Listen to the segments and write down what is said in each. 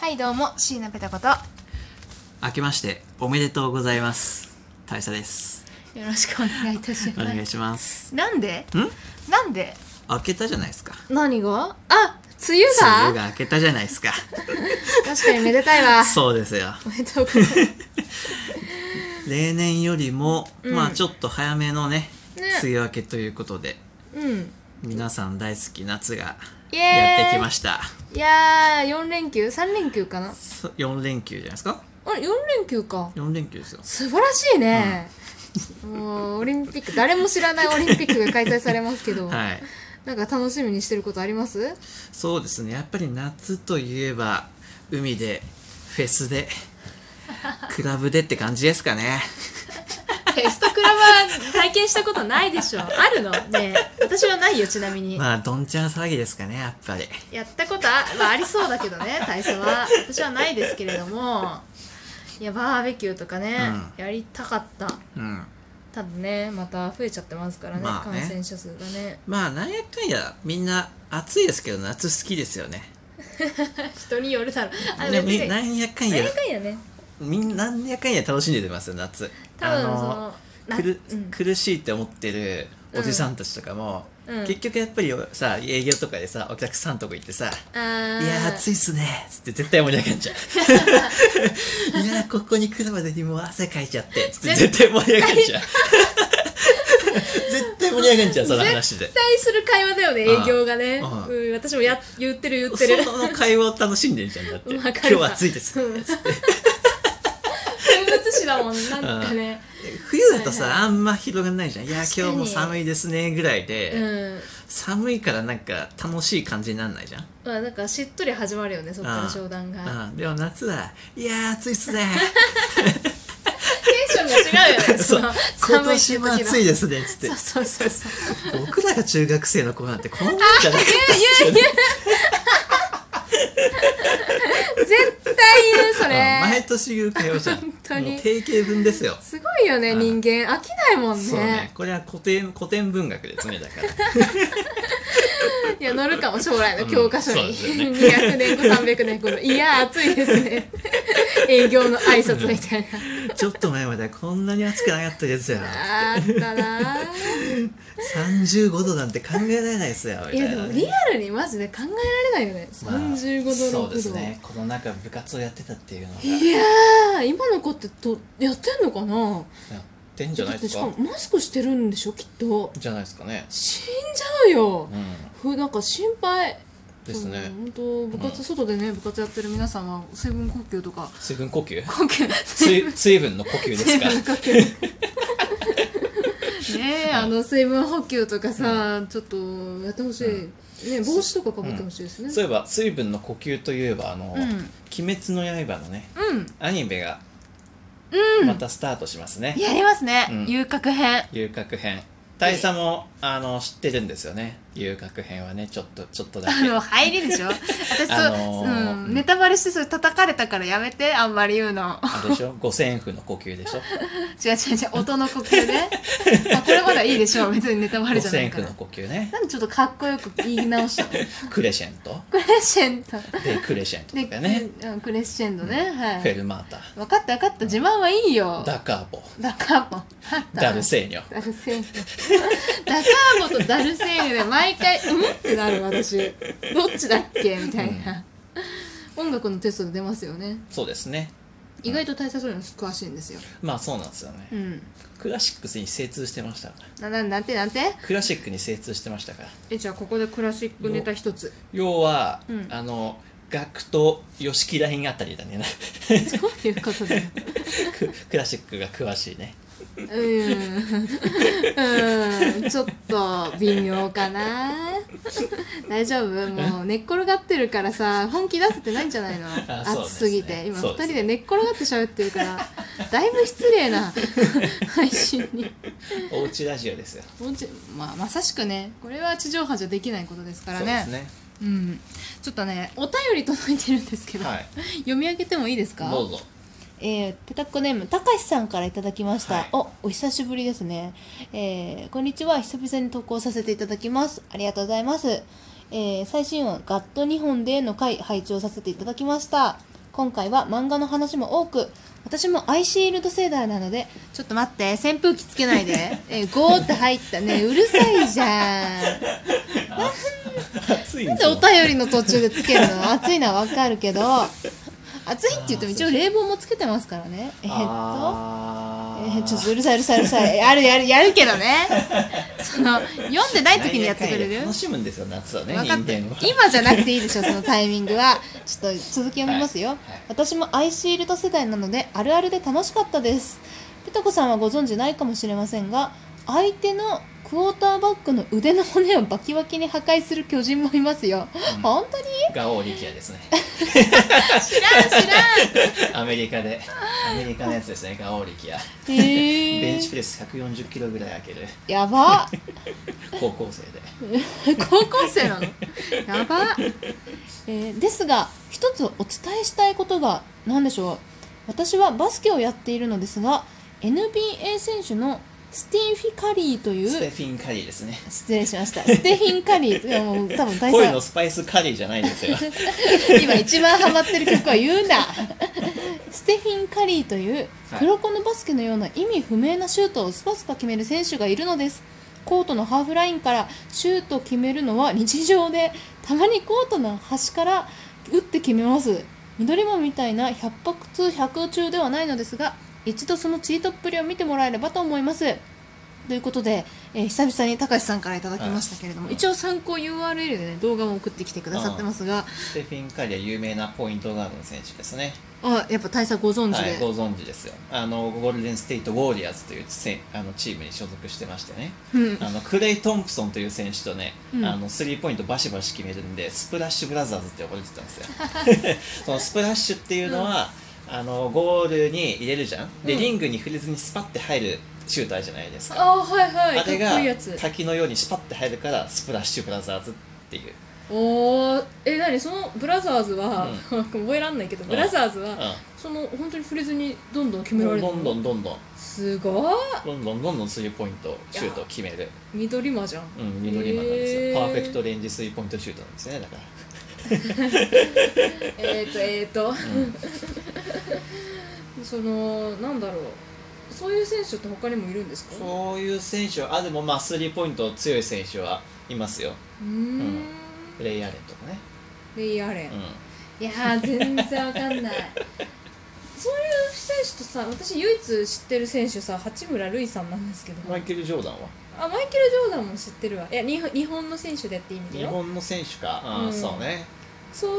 はいどうも椎名ペタこと明けましておめでとうございます大佐ですよろしくお願いいたしおま願いすしますなんでんなんで明けたじゃないですか何があ梅雨梅が雨が明けたじゃないですか確かにめでたい わそうですよおめでとうございます例年よりも、うんまあちょっと早めのねね梅雨明けということでうん皆さん大好き夏がイエーイやってきましたいやー4連休3連休かなそ四連休じゃないですかあれ4連休か四連休ですよ素晴らしいね、もうオリンピック誰も知らないオリンピックが開催されますけど、はいなんか楽しみにしてることありますそうですねやっぱり夏といえば海でフェ スでクラブでって感じですかねフェストクラブは体験したことないでしょあるのね私はないよちなみにまあどんちゃん騒ぎですかねやっぱりやったことあ,、まあ、ありそうだけど ね体操は私はないですけれどもいやバーベキューとかね、やりたかったうんただねまた増えちゃってますからね,、まあね感染者数がねまあなんやかんやみんな暑いですけど夏好きですよね。人によるだろうあで別みにな何んやかんや回かやねみんななんやかんや楽しんでてますよ夏。多分そのあのなくる、うん苦しいって思ってるおじさんたちとかも、うん結局やっぱりさ営業とかでさお客さんとこ行ってさ。あいーやー暑いっすねっつって絶対盛り上がんじゃん いやーここに来るまでにもう汗かいちゃってつって絶対盛り上がん じゃん絶対盛り上がんじゃんその話で期待する会話だよね営業がね、うんうん私もや言ってる言ってる その会話を楽しんでんじゃんだってわ今かる日は暑いですうん風物詩だもんなんかね、冬だとはいさあんま広がんないじゃんいや確かに今日も寒いですねぐらいで、うん寒いからなんか楽しい感じになんないじゃん、まあ、なんかしっとり始まるよねそっから商談がうん、でも夏はいやー暑いっ すねテンションが違うよね そそうの寒いって今年時もの暑いですねっつってそうそうそうそう僕らが中学生の頃なんてこんなんじゃなかったっすよね絶対言うそうん毎れ年言う会話じゃん本当にもう定型文ですよすごいよねうん人間飽きないもんそうねねこれは古典古典文学ですねだからいや乗るかも将来の教科書うにんそうですよ200年後300年後の「いや暑いですね」営業の挨拶みたいちょっと前まではこんなに暑くなかったですよなあったなあ 35度なんて考えられないですよいみたいなやでもリアルにマジで考えられないよねまあ35度そう6です度ねこの中部活をやってたっていうのがやいやー今の子ってどやってんのかなってんじゃないだってでしすかかもマスクしてるんでしょきっとじゃないですかね死んじゃうようんふなんか心配ですね本当部活外でね、部活やってる皆さんは水分補給とか水分呼吸補給 水水分の呼吸です水か分補給 ねえあの水分補給とかさ、ちょっとやってほしい、うね帽子とかかぶってほしいですね、そういえば水分の呼吸といえばあの、うん鬼滅の刃」のねうん、アニメがまたスタートしますね、やりますね、うん遊郭編遊郭編大佐もあの知ってるんですよね遊郭編はねちょっとちょっとだけあの入りでしょ私そう、あのーうん、ネタバレしてそれ叩かれたからやめてあんまり言うのあれでしょ五線譜の呼吸でしょ違う違う違う音の呼吸 ねあこれまだいいでしょ別にネタバレ五じゃない線か譜らの呼吸ねなんでちょっとかっこよく言い直した のククレシェントレッシェンドでクレシェントでとかねうんクレッシェンドね、はフェいルマータ分かった分かった自慢はいいよダカーボダカーボ分かったダルセーニョダルセーヌダカーボとダルセーヌで毎回「うん?」ってなる私どっちだっけみたいな、音楽のテストで出ますよねそうですね意外と大切そういうの詳しいんですよまあそうなんですよね、うんクラシックスに精通してましたからなななんてなんてクラシックに精通してましたからえじゃあここでクラシックネタ一つ要は、うんあの楽と吉木ラインあたりだね どういうことだよククラシックが詳しいねうーん、うん、ちょっと微妙かな。大丈夫もう寝っ転がってるからさ、本気出せてないんじゃないのあそ暑うですねすぎて。今、そ二うです人ねで寝っ転がって喋ってるから、だいぶ失礼 な配信に。おうちラジオですよ、もうちまあ、まさしくね、これは地上波じゃできないことですからそうね。ですねうん。ちょっとね、お便り届いてるんですけど、はい読み上げてもいいですかどうぞえー、ペタッコネームたかしさんからいただきました、はいおお久しぶりですね、えー、こんにちは久々に投稿させていただきますありがとうございます、えー最新話「ガット日本で」の回拝聴させていただきました今回は漫画の話も多く私もアイシールド世代なのでちょっと待って扇風機つけないで、えー、ゴーって入ったねうるさいじゃん暑いんなでんすでおよ便りの途中でつけるの暑いのはわかるけど暑いって言っても一応冷房もつけてますからねえーっとえあーーちょっとうるさいうるさいうるさいやるやるやるけど ねその読んでない時にやってくれ何やかんやる楽しむんですよ夏はね分かって任天堂は今じゃなくていいでしょそのタイミングはちょっと続き読みますよ、はい私もアイシールド世代なのであるあるで楽しかったですペトコさんはご存知ないかもしれませんが相手のクォーターバックの腕の骨をバキバキに破壊する巨人もいますよ、うん本当にガオーリキアですね知らん知らアメリカでアメリカのやつですねガオーリキア んへベンえチプレス140キロぐらい開けるやば高校生で 高校生なのやば、えーですが一つお伝えしたいことが何でしょう私はバスケをやっているのですが NBA 選手のスティーフィ・カリーといステうフィン・カリーですね失礼しましたステフィン・カリーいやもう多分大恋の佐スパイスカリーじゃないんですよ今一番ハマってる曲は言うなステフィン・カリーという黒子のバスケのような意味不明なシュートをスパスパ決める選手がいるのですコートのハーフラインからシュートを決めるのは日常でたまにコートの端から打って決めます緑もみたいな100泊通100中ではないのですが一度そのチートっぷりを見てもらえればと思いますということで、えー久々に高橋さんからいただきましたけれども、はい一応参考 URL で、ね、動画も送ってきてくださってますが、ステフィン・カリーは有名なポイントガードの選手ですねあやっぱ大佐ご存知はで、いご存知ですよあのゴールデン・ステイト・ウォーリアーズというせあのチームに所属してましてねうんあのクレイ・トンプソンという選手とね、うんあのスリーポイントバシバシ決めるんでスプラッシュブラザーズって呼ばれてたんですよそのスプラッシュっていうのは、あのゴールに入れるじゃんで、うんリングに触れずにスパッて入るシューターじゃないですかあはいはいあれかっがこいいやつ滝のようにスパッて入るからスプラッシュブラザーズっていう、おーえ何そのブラザーズは、 覚えらんないけどんブラザーズは、うその本当に触れずにどんどん決ん、めらどれるんのどんどんどんどんすごいどんどんどんどんスリーポイントシュートを決める、緑魔じゃんうん、緑マンなんですよ、へーパーフェクトレンジスリーポイントシュートなんですねだからえっ、ー、とえっ、ー、と、うんそのなんだろうそういう選手って他にもいるんですかうそういう選手はあでもまあスリーポイント強い選手はいますよーんうんレイアレンとかね、レイアレン、うん、いやー全然わかんない そういう選手とさ私唯一知ってる選手さ八村塁さんなんですけどマイケル・ジョーダンはあマイケル・ジョーダンも知ってるわいや日本日本の選手でって意味で日よ本の選手か、あーうんそうねその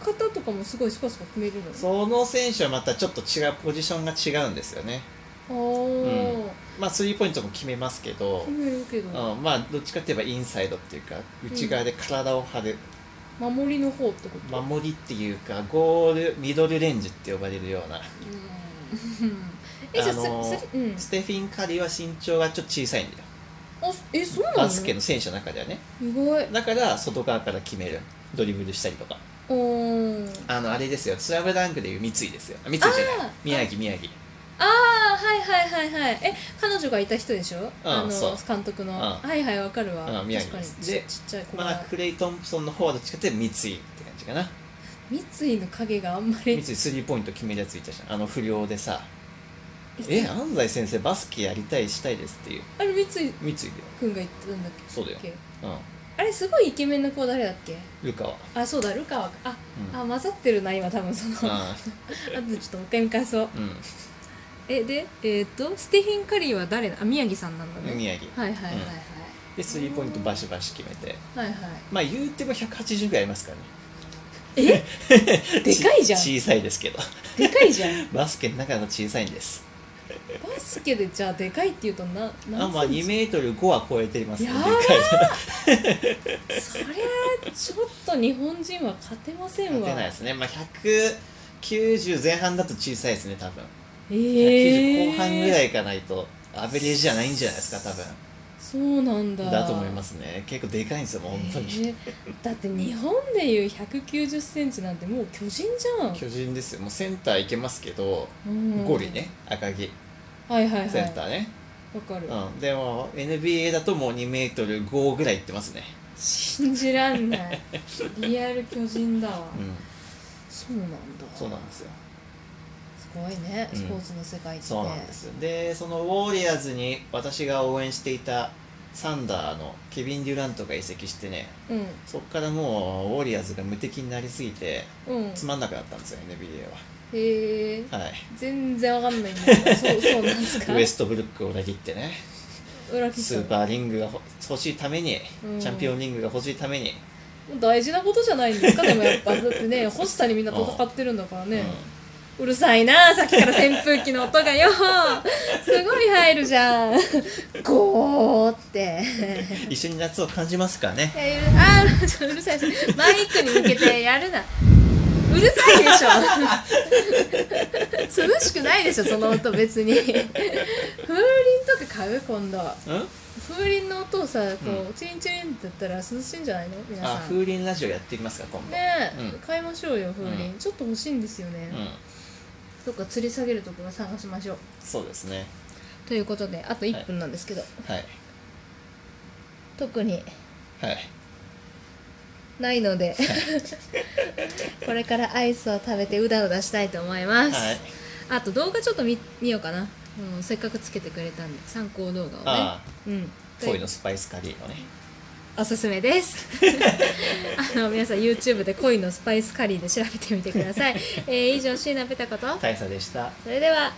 方とかもすごいスパスパ決めるのねその選手はまたちょっと違うポジションが違うんですよねおーまあスリーポイントも決めますけど、決めるけどうん、まあどっちかといえばインサイドっていうか内側で体を張る、守りの方ってこと守りっていうかゴールミドルレンジって呼ばれるようなうん えじゃああのーすすうんステフィン・カリーは身長がちょっと小さいんだよあえそうなのバスケの選手の中ではね意外だから外側から決めるドリブルしたりとかおーあのあれですよスラムダンクでいう三井ですよあ三井じゃないあー宮城宮城ああはいはいはいはいえ彼女がいた人でしょあのそう監督のうんはいはいわかるわうん宮確城かでにすちでちっちゃい子まあがクレイ・トンプソンの方はどっちかっていうと三井って感じかな三井の影があんま三井りスリーポイント決めるやついたじゃんあの不良でさ「え安西先生バスケやりたいしたいです」っていうあれ三井三井だよくんが言ってたんだっけそうだよ、うん、あれすごいイケメンの子誰だっけルカは、あそうだルカワかあ、うん、あ混ざってるな今多分そのあとあちょっともう一回見返そうーうんえでえっ、とステフィン・カリーは誰なあ宮城さんなんだね宮城はいはいはいはい、でスリーポイントバシバシ決めてはいはいまあ言うても180ぐらいありますからね えでかいじゃんち小さいですけどでかいじゃんバスケの中の小さいんですバスケでじゃあでかいっていうとなあ何まあ2メートル5は超えていますねやばでかそりゃいちょっと日本人は勝てません勝わてないですね、まあ、190前半だと小さいですね多分、え190ー、後半ぐらいいいかないとアベレージじゃないんじゃないですか多分そうなんだだと思いますすね結構でかいんですよもう本当に、だって日本でいう1 9 0ンチなんてもう巨人じゃん巨人ですよもうセンターいけますけど、うんゴリね赤木はいはいはいセンターね、わかる、うんでも NBA だともう2メートル5ぐらいいってますね信じらん ないリアル巨人だわ、うん、そうなんだそうなんですよすごいねうんスポーツの世界って、そうなんですよでそのウォーリアーズに私が応援していたサンダーのケビン・デュラントが移籍してねうんそこからもうウォーリアーズが無敵になりすぎてうんつまんなくなったんですよ NBA へえははい全然わかんないんだ けどそうそうなんですかウエストブルックを裏切ってね裏切スーったパーリングが欲しいために、うんチャンピオンリングが欲しいために、の大事なことじゃないんですかでもやっぱだってね欲しさにみんな戦ってるんだからね、うるさいなさっきから扇風機の音がよすごい入るじゃんゴーってうん一緒に夏を感じますからねいやうる あーちょっとうるさいマイクに向けてやるなうるさいでしょ 涼しくないでしょその音別に風鈴とか買う今度うん風鈴の音をさこう、うチリンチリンってやったら涼しいんじゃないの皆あさん風鈴ラジオやっていきますか今度、ねえ、うん買いましょうよ風鈴、うんちょっと欲しいんですよね、うんどっか吊り下げるところ探しましょうそうですねということであと1分なんですけど、はい特にはいないので これからアイスを食べてうだうだしたいと思います、はいあと動画ちょっと見見ようかな、うん、せっかくつけてくれたんで参考動画をねあうんあ恋のスパイスカリーのねおすすめです あの皆さん YouTube で恋のスパイスカリーで調べてみてください、えー以上椎名ペタこと大佐でしたそれでは